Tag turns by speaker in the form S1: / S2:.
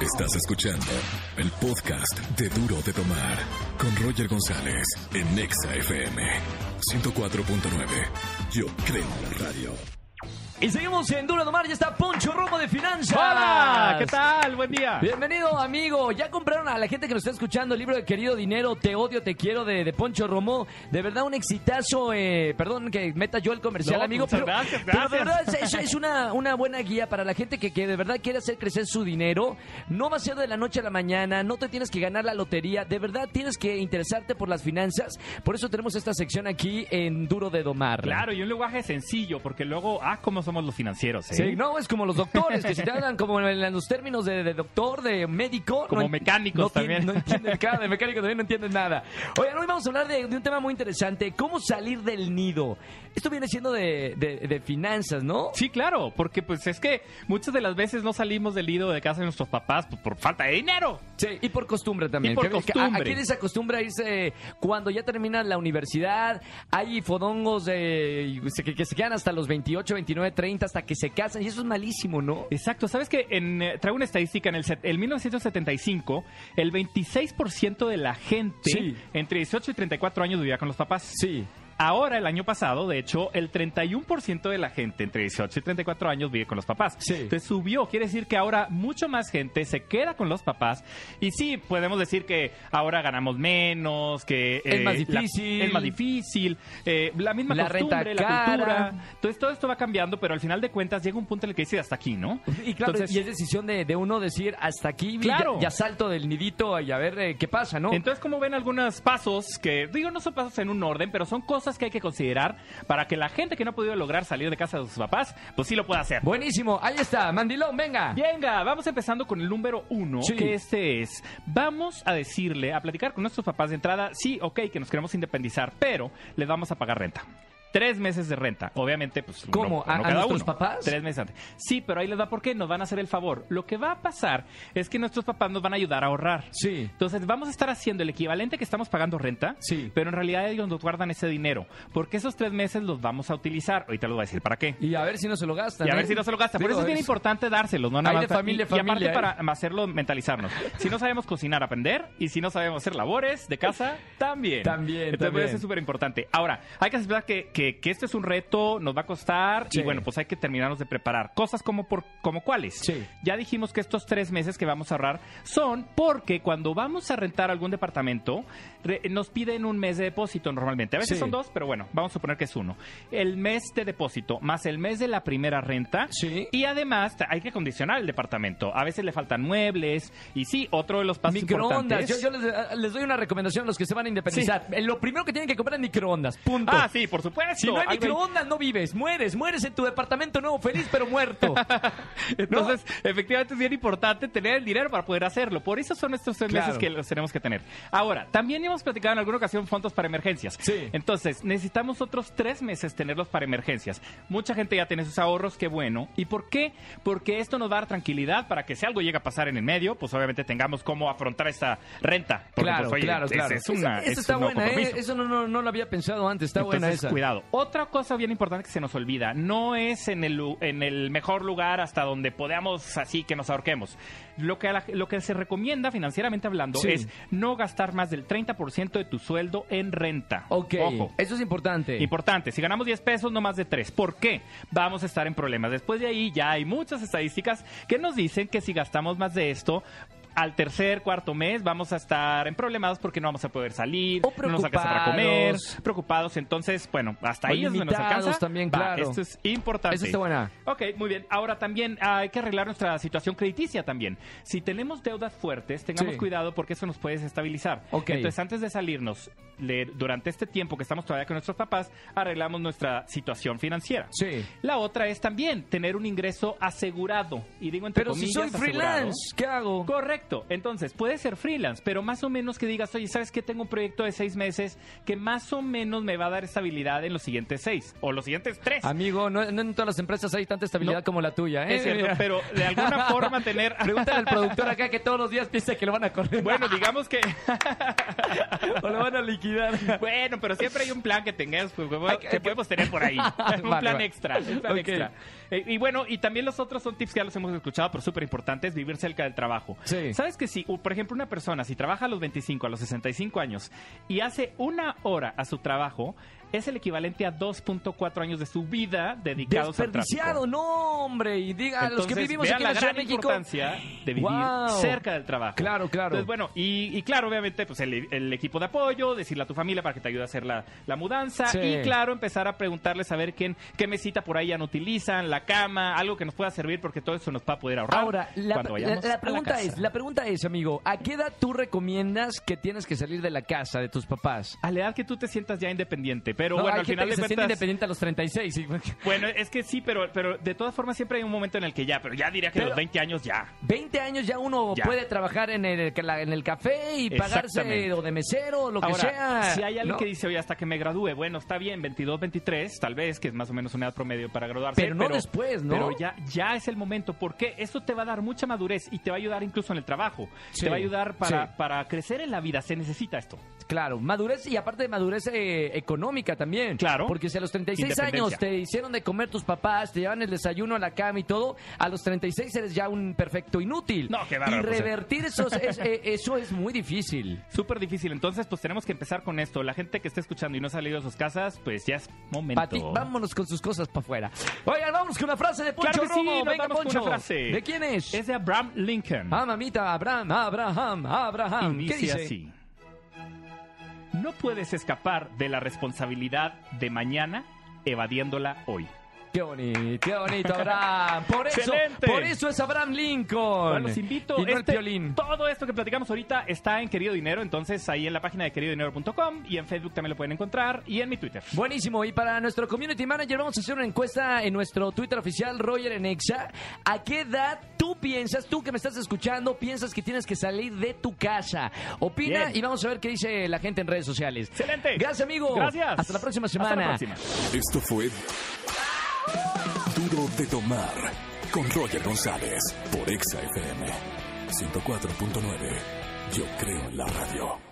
S1: Estás escuchando el podcast de Duro de Tomar con Roger González en Nexa FM 104.9. Yo creo en la radio.
S2: Y seguimos en Duro de Tomar, ya está Poncho Romo de Finanzas.
S3: Hola, ¿qué tal? Buen día.
S2: Bienvenido, amigo. ¿Ya compraron a la gente que nos está escuchando el libro de Querido Dinero, Te Odio, Te Quiero de, de Poncho Romo? De verdad, un exitazo. eh, perdón que meta yo el comercial,
S3: No,
S2: amigo.
S3: muchas
S2: pero,
S3: gracias,
S2: pero de
S3: gracias.
S2: verdad, es, es- es una, una buena guía para la gente que, que de verdad quiere hacer crecer su dinero. No va a ser de la noche a la mañana, no te tienes que ganar la lotería. De verdad, tienes que interesarte por las finanzas. Por eso tenemos esta sección aquí en Duro de Domar.
S3: Claro, y un lenguaje sencillo, porque luego, ah, cómo somos los financieros, ¿eh?
S2: Sí, no, es como los doctores, que si te hablan como en, en los términos de, de doctor, de médico.
S3: Como
S2: no en-
S3: mecánicos
S2: no tien-
S3: también.
S2: no entienden, claro, de mecánico también no entienden nada. Oigan, hoy vamos a hablar de, de un tema muy interesante, cómo salir del nido. Esto viene siendo de, de- de finanzas, ¿no?
S3: Sí, claro, porque pues es que muchas de las veces no salimos del nido de casa de nuestros papás pues, por, por falta de dinero.
S2: Sí, y por costumbre también.
S3: Y por
S2: Que- que
S3: costumbre.
S2: a- Aquí les acostumbra a irse cuando ya terminan la universidad. Hay fodongos eh, se- que, que se quedan hasta los 28, 29, 30, hasta que se casan. Y eso es malísimo, ¿no?
S3: Exacto, sabes que en, eh, traigo una estadística, en el, set- el 1975, el 26% de la gente
S2: Sí.
S3: entre 18 y 34 años vivía con los papás.
S2: Sí.
S3: Ahora, el año pasado, de hecho, el 31% de la gente entre 18 y 34 años vive con los papás.
S2: Sí.
S3: Entonces subió, quiere decir que ahora mucho más gente se queda con los papás. Y sí, podemos decir que ahora ganamos menos, que... eh,
S2: Es más
S3: la-
S2: difícil.
S3: es más difícil. eh, la misma
S2: La renta
S3: costumbre, la
S2: cara.
S3: cultura. Entonces todo esto va cambiando, pero al final de cuentas llega un punto en el que dice hasta aquí, ¿no?
S2: Y claro,
S3: Entonces-
S2: y es decisión de, de uno decir hasta aquí,
S3: Claro.
S2: ya, ya salto del nidito y a ver eh, qué pasa, ¿no?
S3: Entonces, como ven algunos pasos que, digo, no son pasos en un orden, pero son cosas que hay que considerar para que la gente que no ha podido lograr salir de casa de sus papás, pues sí lo pueda hacer.
S2: Buenísimo, ahí está, Mandilón, venga.
S3: Venga, vamos empezando con el número uno,
S2: Sí.
S3: que este es, vamos a decirle, a platicar con nuestros papás de entrada, sí, ok, que nos queremos independizar, pero les vamos a pagar renta. Tres meses de renta, obviamente, pues. uno-
S2: ¿Cómo?
S3: uno
S2: ¿A- a
S3: cada
S2: nuestros
S3: uno.
S2: papás?
S3: Tres meses antes. Sí, pero ahí les da por qué, nos van a hacer el favor. Lo que va a pasar es que nuestros papás nos van a ayudar a ahorrar.
S2: Sí.
S3: Entonces vamos a estar haciendo el equivalente que estamos pagando renta,
S2: Sí.
S3: pero en realidad ellos nos guardan ese dinero, porque esos tres meses los vamos a utilizar. Ahorita les voy a decir para qué.
S2: Y a ver si no se lo gastan.
S3: Y a
S2: ¿eh?
S3: ver si no se lo gasta. Por
S2: Digo,
S3: eso es bien importante dárselos, ¿no? Nada
S2: Hay de
S3: más-
S2: familia,
S3: y, y aparte
S2: familia, ¿eh?
S3: para hacerlo, mentalizarnos. Si no sabemos cocinar, aprender. Y si no sabemos hacer labores de casa, también.
S2: También,
S3: Entonces,
S2: también.
S3: eso es súper importante. Ahora, hay que aceptar que, que, que esto es un reto, nos va a costar.
S2: Sí.
S3: Y bueno, pues hay que terminarnos de preparar. Cosas como, por, como cuáles.
S2: Sí.
S3: Ya dijimos que estos tres meses que vamos a ahorrar son porque cuando vamos a rentar algún departamento, re- nos piden un mes de depósito normalmente. A veces
S2: Sí.
S3: son dos, pero bueno, vamos a suponer que es uno. El mes de depósito más el mes de la primera renta.
S2: Sí.
S3: Y además ta- hay que condicionar el departamento. A veces le faltan muebles. Y sí, otro de los pasos
S2: Microondas.
S3: importantes.
S2: Yo, yo les, eh, les doy una recomendación a los que se van a independizar. Eh, Lo primero que tienen que comprar es microondas. Punto.
S3: Ah, sí, por supuesto.
S2: Si no hay
S3: Algo-
S2: microondas, no vives. Mueres, mueres en tu departamento nuevo, feliz pero muerto.
S3: Entonces, efectivamente es bien importante tener el dinero para poder hacerlo. Por eso son estos tres
S2: Claro.
S3: meses que los tenemos que tener. Ahora, también hemos platicado en alguna ocasión fondos para emergencias.
S2: Sí.
S3: Entonces, necesitamos otros tres meses tenerlos para emergencias. Mucha gente ya tiene sus ahorros, qué bueno. ¿Y por qué? Porque esto nos va a dar tranquilidad para que si algo llega a pasar en el medio, pues obviamente tengamos cómo afrontar esta renta. Porque,
S2: claro,
S3: pues, oye,
S2: claro,
S3: es-
S2: claro.
S3: Es,
S2: Esa-
S3: una,
S2: esa
S3: es
S2: está
S3: un nuevo
S2: buena, ¿eh?
S3: compromiso.
S2: Eso no, no, no lo había pensado antes. Está buena
S3: Entonces,
S2: esa.
S3: cuidado. Otra cosa bien importante que se nos olvida, no es en el, lu- en el mejor lugar hasta donde podamos así que nos ahorquemos. Lo que, a la- lo que se recomienda financieramente hablando
S2: Sí.
S3: es no gastar más del 30% de tu sueldo en renta.
S2: Ok,
S3: Ojo.
S2: eso es importante.
S3: Importante, si ganamos 10 pesos, no más de 3. ¿Por qué? Vamos a estar en problemas. Después de ahí ya hay muchas estadísticas que nos dicen que si gastamos más de esto, al tercer, cuarto mes vamos a estar en problemas porque no vamos a poder salir,
S2: O
S3: no nos alcanza para comer,
S2: preocupados.
S3: preocupados. Entonces, bueno, hasta
S2: O
S3: ahí es donde nos
S2: limitados
S3: alcanza.
S2: también,
S3: Va,
S2: claro.
S3: Esto es importante.
S2: Eso está buena.
S3: Ok, muy bien. Ahora también hay que arreglar nuestra situación crediticia también. Si tenemos deudas fuertes, tengamos
S2: Sí.
S3: cuidado porque eso nos puede desestabilizar.
S2: Ok.
S3: Entonces, antes de salirnos, le- durante este tiempo que estamos todavía con nuestros papás, arreglamos nuestra situación financiera.
S2: Sí.
S3: La otra es también tener un ingreso asegurado. Y digo entre
S2: Pero si
S3: comillas
S2: soy
S3: asegurado.
S2: freelance, ¿qué hago?
S3: Exacto. Entonces, puede ser freelance, pero más o menos que digas, oye, ¿sabes qué? Tengo un proyecto de seis meses que más o menos me va a dar estabilidad en los siguientes seis o los siguientes tres.
S2: Amigo, no, no en todas las empresas hay tanta estabilidad
S3: No.
S2: como la tuya, ¿eh?
S3: Es cierto, pero de alguna forma tener...
S2: Pregúntale al productor acá que todos los días piensa que lo van a correr
S3: Bueno, digamos que...
S2: o lo van a liquidar.
S3: Bueno, pero siempre hay un plan que tengas pues,
S2: Hay que-
S3: que podemos tener por ahí. un
S2: Vale,
S3: plan
S2: vale.
S3: extra. un plan
S2: Ok.
S3: extra. Eh, y bueno, y también los otros son tips que ya los hemos escuchado, pero súper importantes, vivir cerca del trabajo.
S2: Sí.
S3: ¿Sabes que si, u- por ejemplo, una persona, si trabaja a los 25, a los 65 años y hace una hora a su trabajo, es el equivalente a 2.4 años de su vida dedicados al
S2: Desperdiciado,
S3: tráfico.
S2: no, hombre. Y diga, a los que
S3: Entonces,
S2: vivimos
S3: vean
S2: aquí en
S3: la
S2: la Ciudad
S3: gran
S2: de México.
S3: importancia de vivir
S2: Wow.
S3: cerca del trabajo.
S2: Claro, claro.
S3: Entonces, bueno, y, y claro, obviamente, pues el, el equipo de apoyo, decirle a tu familia para que te ayude a hacer la, la mudanza.
S2: Sí.
S3: Y claro, empezar a preguntarles a ver quién, qué mesita por ahí ya no utilizan, la cama, algo que nos pueda servir, porque todo eso nos va a poder ahorrar.
S2: Ahora, la,
S3: cuando vayamos
S2: la- la
S3: a
S2: pregunta
S3: casa.
S2: es, la pregunta es, amigo, ¿a qué edad tú recomiendas que tienes que salir de la casa de tus papás?
S3: A la edad que tú te sientas ya independiente, pero
S2: No,
S3: bueno,
S2: hay
S3: al
S2: gente
S3: final
S2: que
S3: de
S2: se siente
S3: cuentas.
S2: independiente a los 36. y-
S3: Bueno, es que sí, pero, pero de todas formas siempre hay un momento en el que ya, pero ya diría que a
S2: Pero-
S3: los 20 años ya.
S2: 20 años ya uno
S3: Ya.
S2: puede trabajar en el, que la- en el café y pagarse
S3: Exactamente.
S2: o de mesero o lo que
S3: Ahora,
S2: sea.
S3: si hay alguien
S2: ¿no?
S3: que dice, oye, hasta que me gradúe, bueno, está bien, 22, 23, tal vez, que es más o menos una edad promedio para graduarse.
S2: Pero no después, ¿no?
S3: Pero ya, ya es el momento, porque eso te va a dar mucha madurez y te va a ayudar incluso en el trabajo.
S2: Sí,
S3: te va a ayudar para,
S2: sí.
S3: para crecer en la vida, se necesita esto.
S2: Claro, madurez y aparte de madurez eh, económica también.
S3: Claro.
S2: Porque si a los 36
S3: Independencia.
S2: años te hicieron de comer tus papás, te llevan el desayuno a la cama y todo, a los 36 eres ya un perfecto inútil.
S3: No, qué bárbaro,
S2: Y
S3: José.
S2: revertir esos- es- eh, eso es muy difícil.
S3: Súper difícil, entonces pues tenemos que empezar con esto. La gente que está escuchando y no ha salido de sus casas, pues ya es momento.
S2: Pati, vámonos con sus cosas para afuera. Oigan, vámonos con una frase de Poncho
S3: Claro que sí,
S2: Romo.
S3: nos
S2: Venga,
S3: vamos con
S2: Poncho.
S3: una frase.
S2: ¿De quién es?
S3: Es de Abraham Lincoln.
S2: Ah, mamita, Abraham, Abraham, Abraham.
S3: Inicia
S2: ¿Qué dice?
S3: así. No puedes escapar de la responsabilidad de mañana evadiéndola hoy.
S2: Qué bonito, qué bonito, Abraham. Por eso,
S3: Excelente.
S2: por eso es Abraham Lincoln.
S3: Bueno, los invito.
S2: Y no el
S3: este-
S2: piolín.
S3: Todo esto que platicamos ahorita está en Querido Dinero, entonces ahí en la página de queridodinero.com y en Facebook también lo pueden encontrar y en mi Twitter.
S2: Buenísimo, y para nuestro community manager vamos a hacer una encuesta en nuestro Twitter oficial, Roger en Exa. ¿A qué edad tú piensas, tú que me estás escuchando, piensas que tienes que salir de tu casa? Opina
S3: Bien.
S2: y vamos a ver qué dice la gente en redes sociales.
S3: Excelente.
S2: Gracias, amigo.
S3: Gracias.
S2: Hasta la próxima
S3: Hasta la
S2: semana.
S3: próxima.
S1: Esto fue Duro de Tomar con Roger González por Exa FM 104.9. Yo creo en la radio.